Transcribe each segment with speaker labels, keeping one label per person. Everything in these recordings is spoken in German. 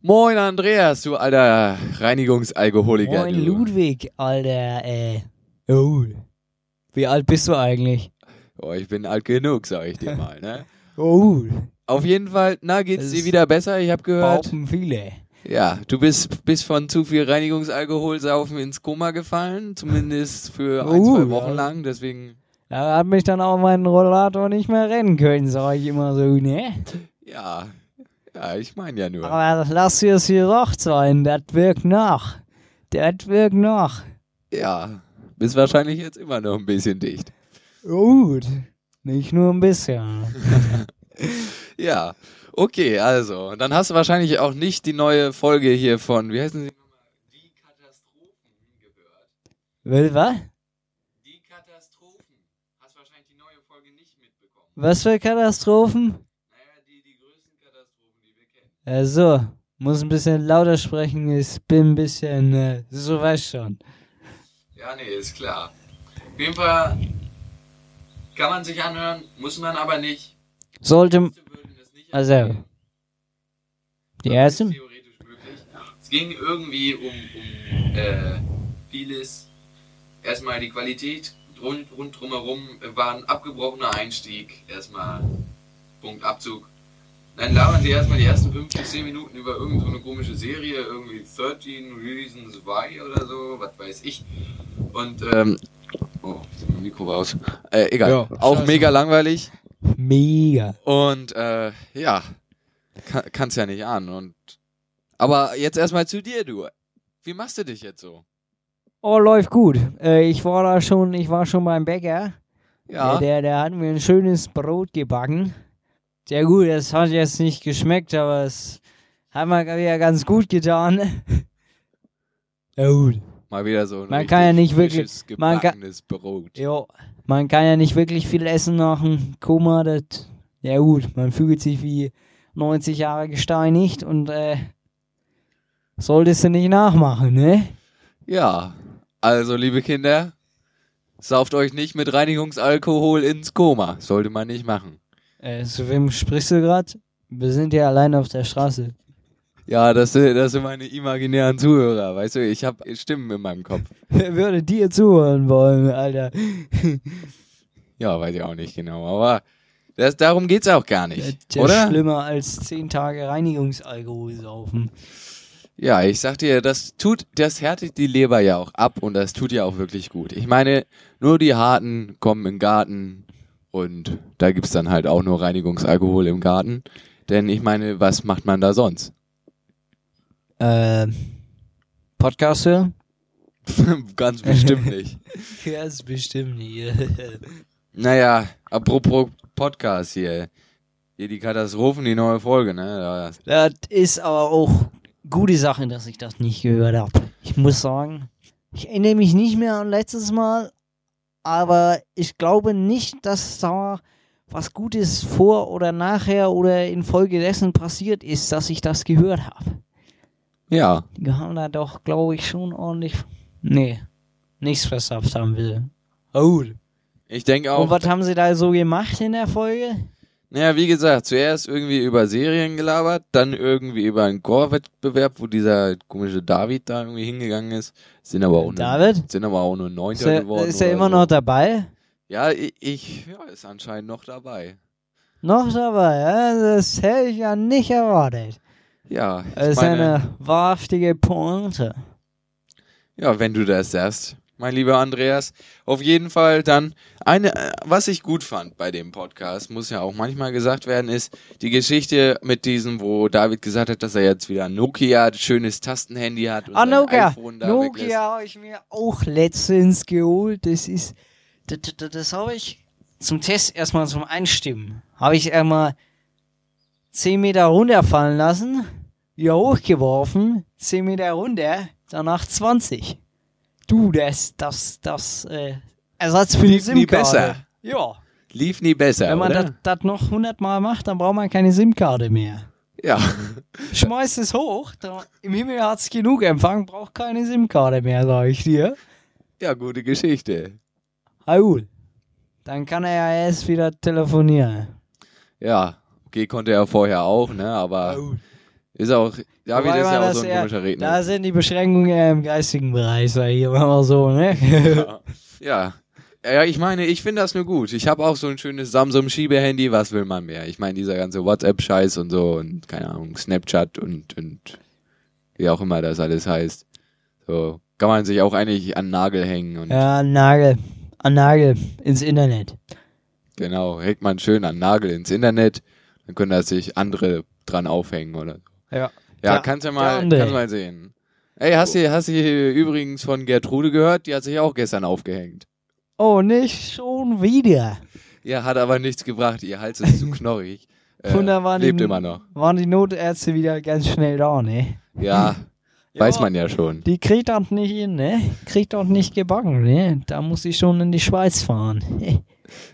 Speaker 1: Moin Andreas, du alter Reinigungsalkoholiker.
Speaker 2: Moin
Speaker 1: du.
Speaker 2: Ludwig, Alter, ey. Oh. Wie alt bist du eigentlich?
Speaker 1: Oh, ich bin alt genug, sag ich dir mal. Ne?
Speaker 2: Oh.
Speaker 1: Auf jeden Fall, na, geht's
Speaker 2: Das
Speaker 1: dir wieder besser? Ich habe gehört.
Speaker 2: Baupen viele.
Speaker 1: Ja, du bist, bist von zu viel Reinigungsalkohol saufen ins Koma gefallen, zumindest für ein,
Speaker 2: Oh,
Speaker 1: zwei
Speaker 2: ja.
Speaker 1: Wochen lang. Deswegen,
Speaker 2: Da hat mich dann auch mein Rollator nicht mehr rennen können, sag ich immer so, ne?
Speaker 1: ja, ja, ich meine ja nur.
Speaker 2: Aber lass dir es gedacht sein, das wirkt nach. Das wirkt nach.
Speaker 1: Ja, bist wahrscheinlich jetzt immer noch ein bisschen dicht.
Speaker 2: Gut. Nicht nur ein bisschen.
Speaker 1: Ja, okay, also, dann hast du wahrscheinlich auch nicht die neue Folge hier von, wie heißen sie? Die Katastrophen gehört.
Speaker 2: Will was?
Speaker 1: Die Katastrophen. Hast wahrscheinlich die neue Folge nicht mitbekommen.
Speaker 2: Was für Katastrophen?
Speaker 1: Naja, die, die größten Katastrophen, die wir kennen.
Speaker 2: Also, muss ein bisschen lauter sprechen, ich bin ein bisschen, äh, so weiß schon.
Speaker 1: Ja, nee, ist klar. Auf jeden Fall kann man sich anhören, muss man aber nicht.
Speaker 2: Sollte,
Speaker 1: Wir würden das nicht
Speaker 2: Also,
Speaker 1: empfehlen.
Speaker 2: die
Speaker 1: Aber ist
Speaker 2: erste?
Speaker 1: Theoretisch möglich. Es ging irgendwie um, um äh, vieles. Erstmal die Qualität rund, rund drumherum war ein abgebrochener Einstieg. Erstmal Punkt Abzug. Dann labern sie erstmal die ersten 5 bis 10 Minuten über irgendeine so eine komische Serie, irgendwie 13 Reasons Why oder so, was weiß ich. Und, ähm, oh, ist mein Mikro raus. Äh, egal.
Speaker 2: Ja,
Speaker 1: Auch
Speaker 2: scheiße.
Speaker 1: mega langweilig.
Speaker 2: mega.
Speaker 1: Und äh, ja, kann, kannst ja nicht ahnen. Und, aber jetzt erstmal zu dir, du. Wie machst du dich jetzt so?
Speaker 2: Oh, läuft gut. Äh, ich war da schon, ich war schon beim Bäcker. Äh,
Speaker 1: Ja,
Speaker 2: Der, der hat mir ein schönes Brot gebacken. Sehr gut, es hat jetzt nicht geschmeckt, aber es hat mir ja ganz gut getan. Ja, gut.
Speaker 1: mal wieder so ein
Speaker 2: Man kann ja
Speaker 1: richtig
Speaker 2: nicht wirklich-
Speaker 1: frisches,
Speaker 2: man kann-
Speaker 1: gebackenes Brot.
Speaker 2: Jo, man kann ja nicht wirklich viel essen nach dem Koma. Das, ja gut, man fühlt sich wie 90 Jahre gesteinigt und äh, solltest du nicht nachmachen, ne?
Speaker 1: Ja, also liebe Kinder, sauft euch nicht mit Reinigungsalkohol ins Koma. Sollte man nicht machen.
Speaker 2: Äh, zu wem sprichst du gerade? Wir sind ja allein auf der Straße.
Speaker 1: Ja, das, sind- das sind meine imaginären Zuhörer. Weißt du, ich habe Stimmen in meinem Kopf.
Speaker 2: Wer würde dir zuhören wollen, Alter?
Speaker 1: Ja, weiß ich auch nicht genau. Aber das, darum geht's auch gar
Speaker 2: Das
Speaker 1: nicht.
Speaker 2: ist ja
Speaker 1: oder?
Speaker 2: schlimmer als 10 Tage Reinigungsalkohol saufen.
Speaker 1: Ja, ich sag dir, das tut, das härtet die Leber ja auch ab und das tut ja auch wirklich gut. Ich meine, nur die Harten kommen in den Garten und da gibt's dann halt auch nur Reinigungsalkohol im Garten. Denn ich meine, was macht man da sonst?
Speaker 2: Äh, Podcast hören?
Speaker 1: Ganz bestimmt nicht.
Speaker 2: Ja, ist bestimmt nie.
Speaker 1: Naja, apropos Podcast hier. Hier die Katastrophen, die neue Folge, ne? Da-
Speaker 2: das ist aber auch gute Sache, dass ich das nicht gehört habe. Ich muss sagen, ich erinnere mich nicht mehr an letztes Mal, aber ich glaube nicht, dass da was Gutes vor oder nachher oder infolgedessen passiert ist, dass ich das gehört habe.
Speaker 1: Ja,
Speaker 2: Die haben da doch, glaube ich, schon ordentlich. Nee, nichts versapft haben will. Oh.
Speaker 1: ich denke
Speaker 2: Und
Speaker 1: auch.
Speaker 2: was haben sie da so gemacht in der Folge?
Speaker 1: Naja, wie gesagt, zuerst irgendwie über Serien gelabert, dann irgendwie über einen Chorwettbewerb, wo dieser komische David da irgendwie hingegangen ist. Sind aber auch Nur,
Speaker 2: David?
Speaker 1: sind aber auch nur
Speaker 2: Ist
Speaker 1: Neunter
Speaker 2: er,
Speaker 1: geworden.
Speaker 2: ist er
Speaker 1: oder
Speaker 2: immer
Speaker 1: so.
Speaker 2: noch dabei?
Speaker 1: Ja, ich, ich ja, ist anscheinend noch dabei.
Speaker 2: Noch dabei, ja? Das hätte ich ja nicht erwartet.
Speaker 1: Ja, ich
Speaker 2: Das Äh, ist
Speaker 1: meine,
Speaker 2: eine wahrhaftige Pointe.
Speaker 1: ja, wenn du das sagst, mein lieber Andreas. Auf jeden Fall dann eine, äh, was ich gut fand bei dem Podcast, muss ja auch manchmal gesagt werden, ist die Geschichte mit diesem, wo David gesagt hat, dass er jetzt wieder ein Nokia, ein schönes Tastenhandy hat und
Speaker 2: Ah,
Speaker 1: sein
Speaker 2: Nokia.
Speaker 1: iPhone da weglässt.
Speaker 2: Nokia habe ich mir auch letztens geholt. Das ist. Das, das, das habe ich zum Test erstmal zum Einstimmen. Habe ich einmal 10 Meter runterfallen lassen, wieder hochgeworfen, 10 Meter runter, danach 20. Du, das, das, das, äh, Ersatz für die
Speaker 1: Lief nie
Speaker 2: SIM-Karte.
Speaker 1: besser.
Speaker 2: Ja.
Speaker 1: Lief nie besser,
Speaker 2: Wenn man
Speaker 1: oder?
Speaker 2: das das noch 100 Mal macht, dann braucht man keine SIM-Karte mehr.
Speaker 1: ja.
Speaker 2: Schmeißt es hoch, da, im Himmel hat es genug Empfang, braucht keine SIM-Karte mehr, sag ich dir.
Speaker 1: ja, gute Geschichte.
Speaker 2: Ah gut. Dann kann er ja erst wieder telefonieren.
Speaker 1: Ja, okay, konnte er vorher auch, ne? Aber Ist auch, David
Speaker 2: Wobei
Speaker 1: ist
Speaker 2: man
Speaker 1: ja auch
Speaker 2: das
Speaker 1: so ein
Speaker 2: eher-
Speaker 1: komischer Redner.
Speaker 2: Da sind die Beschränkungen eher im geistigen Bereich, sag ich immer mal so, ne?
Speaker 1: ja. Ja, ich meine, ich finde das nur gut. Ich habe auch so ein schönes Samsung-Schiebehandy, was will man mehr? Ich meine, dieser ganze WhatsApp-Scheiß und so und keine Ahnung, Snapchat und, und wie auch immer das alles heißt. So, kann man sich auch eigentlich an den Nagel hängen und
Speaker 2: ja, an Nagel. An Nagel. Ins Internet.
Speaker 1: genau, hängt man schön an den Nagel ins Internet, dann können da sich andere dran aufhängen oder
Speaker 2: Ja.
Speaker 1: Ja,
Speaker 2: Da-
Speaker 1: kannst ja
Speaker 2: der
Speaker 1: mal,
Speaker 2: andere.
Speaker 1: kannst mal sehen. Ey, hast du, hast du hier übrigens von Gertrude gehört? Die hat sich auch gestern aufgehängt.
Speaker 2: Oh, nicht schon wieder.
Speaker 1: Ja, hat aber nichts gebracht. Ihr Hals ist zu knorrig. Äh,
Speaker 2: Und da waren
Speaker 1: lebt
Speaker 2: die,
Speaker 1: immer noch.
Speaker 2: Waren die Notärzte wieder ganz schnell da, ne?
Speaker 1: Ja, weiß man ja schon.
Speaker 2: Die kriegt das nicht hin, ne? Kriegt das nicht gebacken, ne? Da muss ich schon in die Schweiz fahren.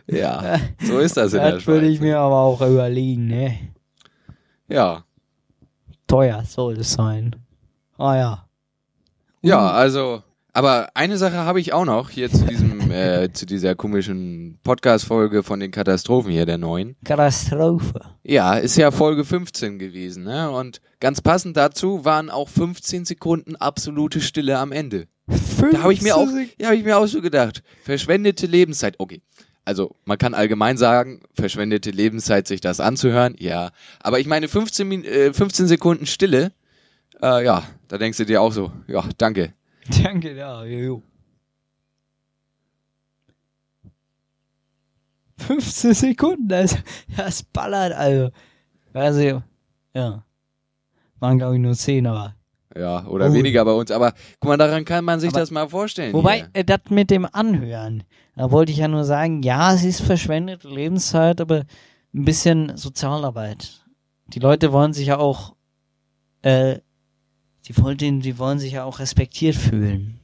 Speaker 1: Ja, so ist das in der
Speaker 2: das würde ich
Speaker 1: Schweiz.
Speaker 2: mir aber auch überlegen, ne?
Speaker 1: Ja,
Speaker 2: Teuer soll es sein. Ah ja. Mhm.
Speaker 1: ja, also. Aber eine Sache habe ich auch noch hier zu diesem, äh, zu dieser komischen Podcast-Folge von den Katastrophen hier, der neuen.
Speaker 2: Katastrophe.
Speaker 1: Ja, ist ja Folge 15 gewesen, ne? Und ganz passend dazu waren auch 15 Sekunden absolute Stille am Ende. Da habe ich mir auch, ja, habe ich mir auch so gedacht. Verschwendete Lebenszeit. Okay. Also, man kann allgemein sagen, verschwendete Lebenszeit, sich das anzuhören. Ja. Aber ich meine, 15, Min- äh, 15 Sekunden Stille. Äh, ja, da denkst du dir auch so. Ja, danke.
Speaker 2: Danke, ja, jojo. 15 Sekunden, das, das ballert, also. Also, ja. Waren, glaube ich, nur 10, aber.
Speaker 1: Ja, oder
Speaker 2: Oh.
Speaker 1: weniger bei uns. Aber guck mal, daran kann man sich
Speaker 2: Aber-
Speaker 1: das mal vorstellen.
Speaker 2: Wobei,
Speaker 1: hier.
Speaker 2: äh, das mit dem Anhören, da wollte ich ja nur sagen, ja, es ist verschwendete Lebenszeit, aber ein bisschen Sozialarbeit. Die Leute wollen sich ja auch, äh, die wollen, die wollen sich ja auch respektiert fühlen.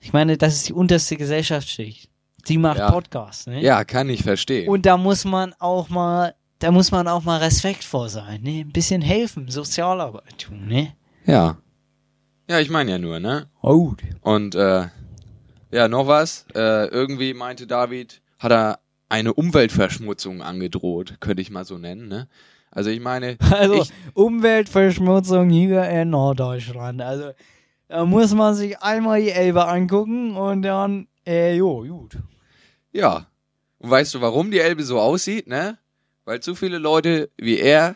Speaker 2: Ich meine, das ist die unterste Gesellschaftsschicht. Die macht
Speaker 1: Ja.
Speaker 2: Podcasts, ne?
Speaker 1: Ja, kann ich verstehen.
Speaker 2: Und da muss man auch mal, da muss man auch mal respektvoll sein, ne? Ein bisschen helfen, Sozialarbeit tun, ne?
Speaker 1: ja. Ja, ich meine ja nur, ne?
Speaker 2: Oh,
Speaker 1: Und äh, ja, noch was. Äh, irgendwie meinte David, hat er eine Umweltverschmutzung angedroht, könnte ich mal so nennen. Ne? Also ich meine,
Speaker 2: Also
Speaker 1: ich,
Speaker 2: Umweltverschmutzung hier in Norddeutschland. Also da muss man sich einmal die Elbe angucken und dann, äh, jo, gut.
Speaker 1: ja. Und weißt du, warum die Elbe so aussieht? Ne? Weil zu viele Leute wie er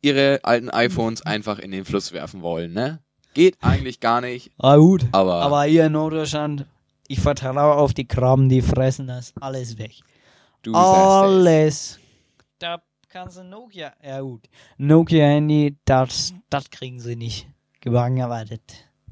Speaker 1: ihre alten iPhones einfach in den Fluss werfen wollen. Ne? Geht eigentlich gar nicht,
Speaker 2: Ah, gut.
Speaker 1: aber,
Speaker 2: Aber hier in Norddeutschland, ich vertraue auf die Krabben, die fressen das alles weg.
Speaker 1: du sagst
Speaker 2: Alles. Da kannst du Nokia, ja gut. Nokia-Handy, das, das kriegen sie nicht. Gewagen erwartet.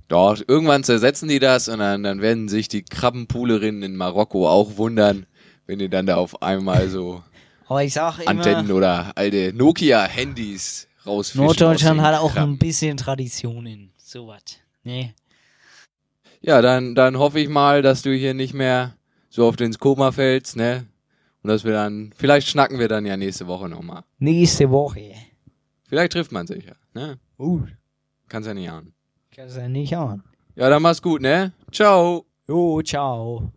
Speaker 1: Doch, irgendwann zersetzen die das und dann, dann werden sich die Krabbenpoolerinnen in Marokko auch wundern, wenn die dann da auf einmal so
Speaker 2: Aber ich sag immer,
Speaker 1: Antennen oder alte Nokia-Handys rausfischen.
Speaker 2: Norddeutschland
Speaker 1: aus den
Speaker 2: hat auch
Speaker 1: Krabben.
Speaker 2: ein bisschen Traditionen. Sowas. ne? Nee.
Speaker 1: Ja, dann, dann hoffe ich mal, dass du hier nicht mehr so oft ins Koma fällst, ne? Und dass wir dann, vielleicht schnacken wir dann ja nächste Woche nochmal.
Speaker 2: Nächste Woche.
Speaker 1: Vielleicht trifft man sich ja, ne?
Speaker 2: Uh,
Speaker 1: Kannst ja nicht ahnen.
Speaker 2: é um kannst du ja nicht an.
Speaker 1: Ja, dann mach's gut, ne? Ciao!
Speaker 2: Jo, ciao.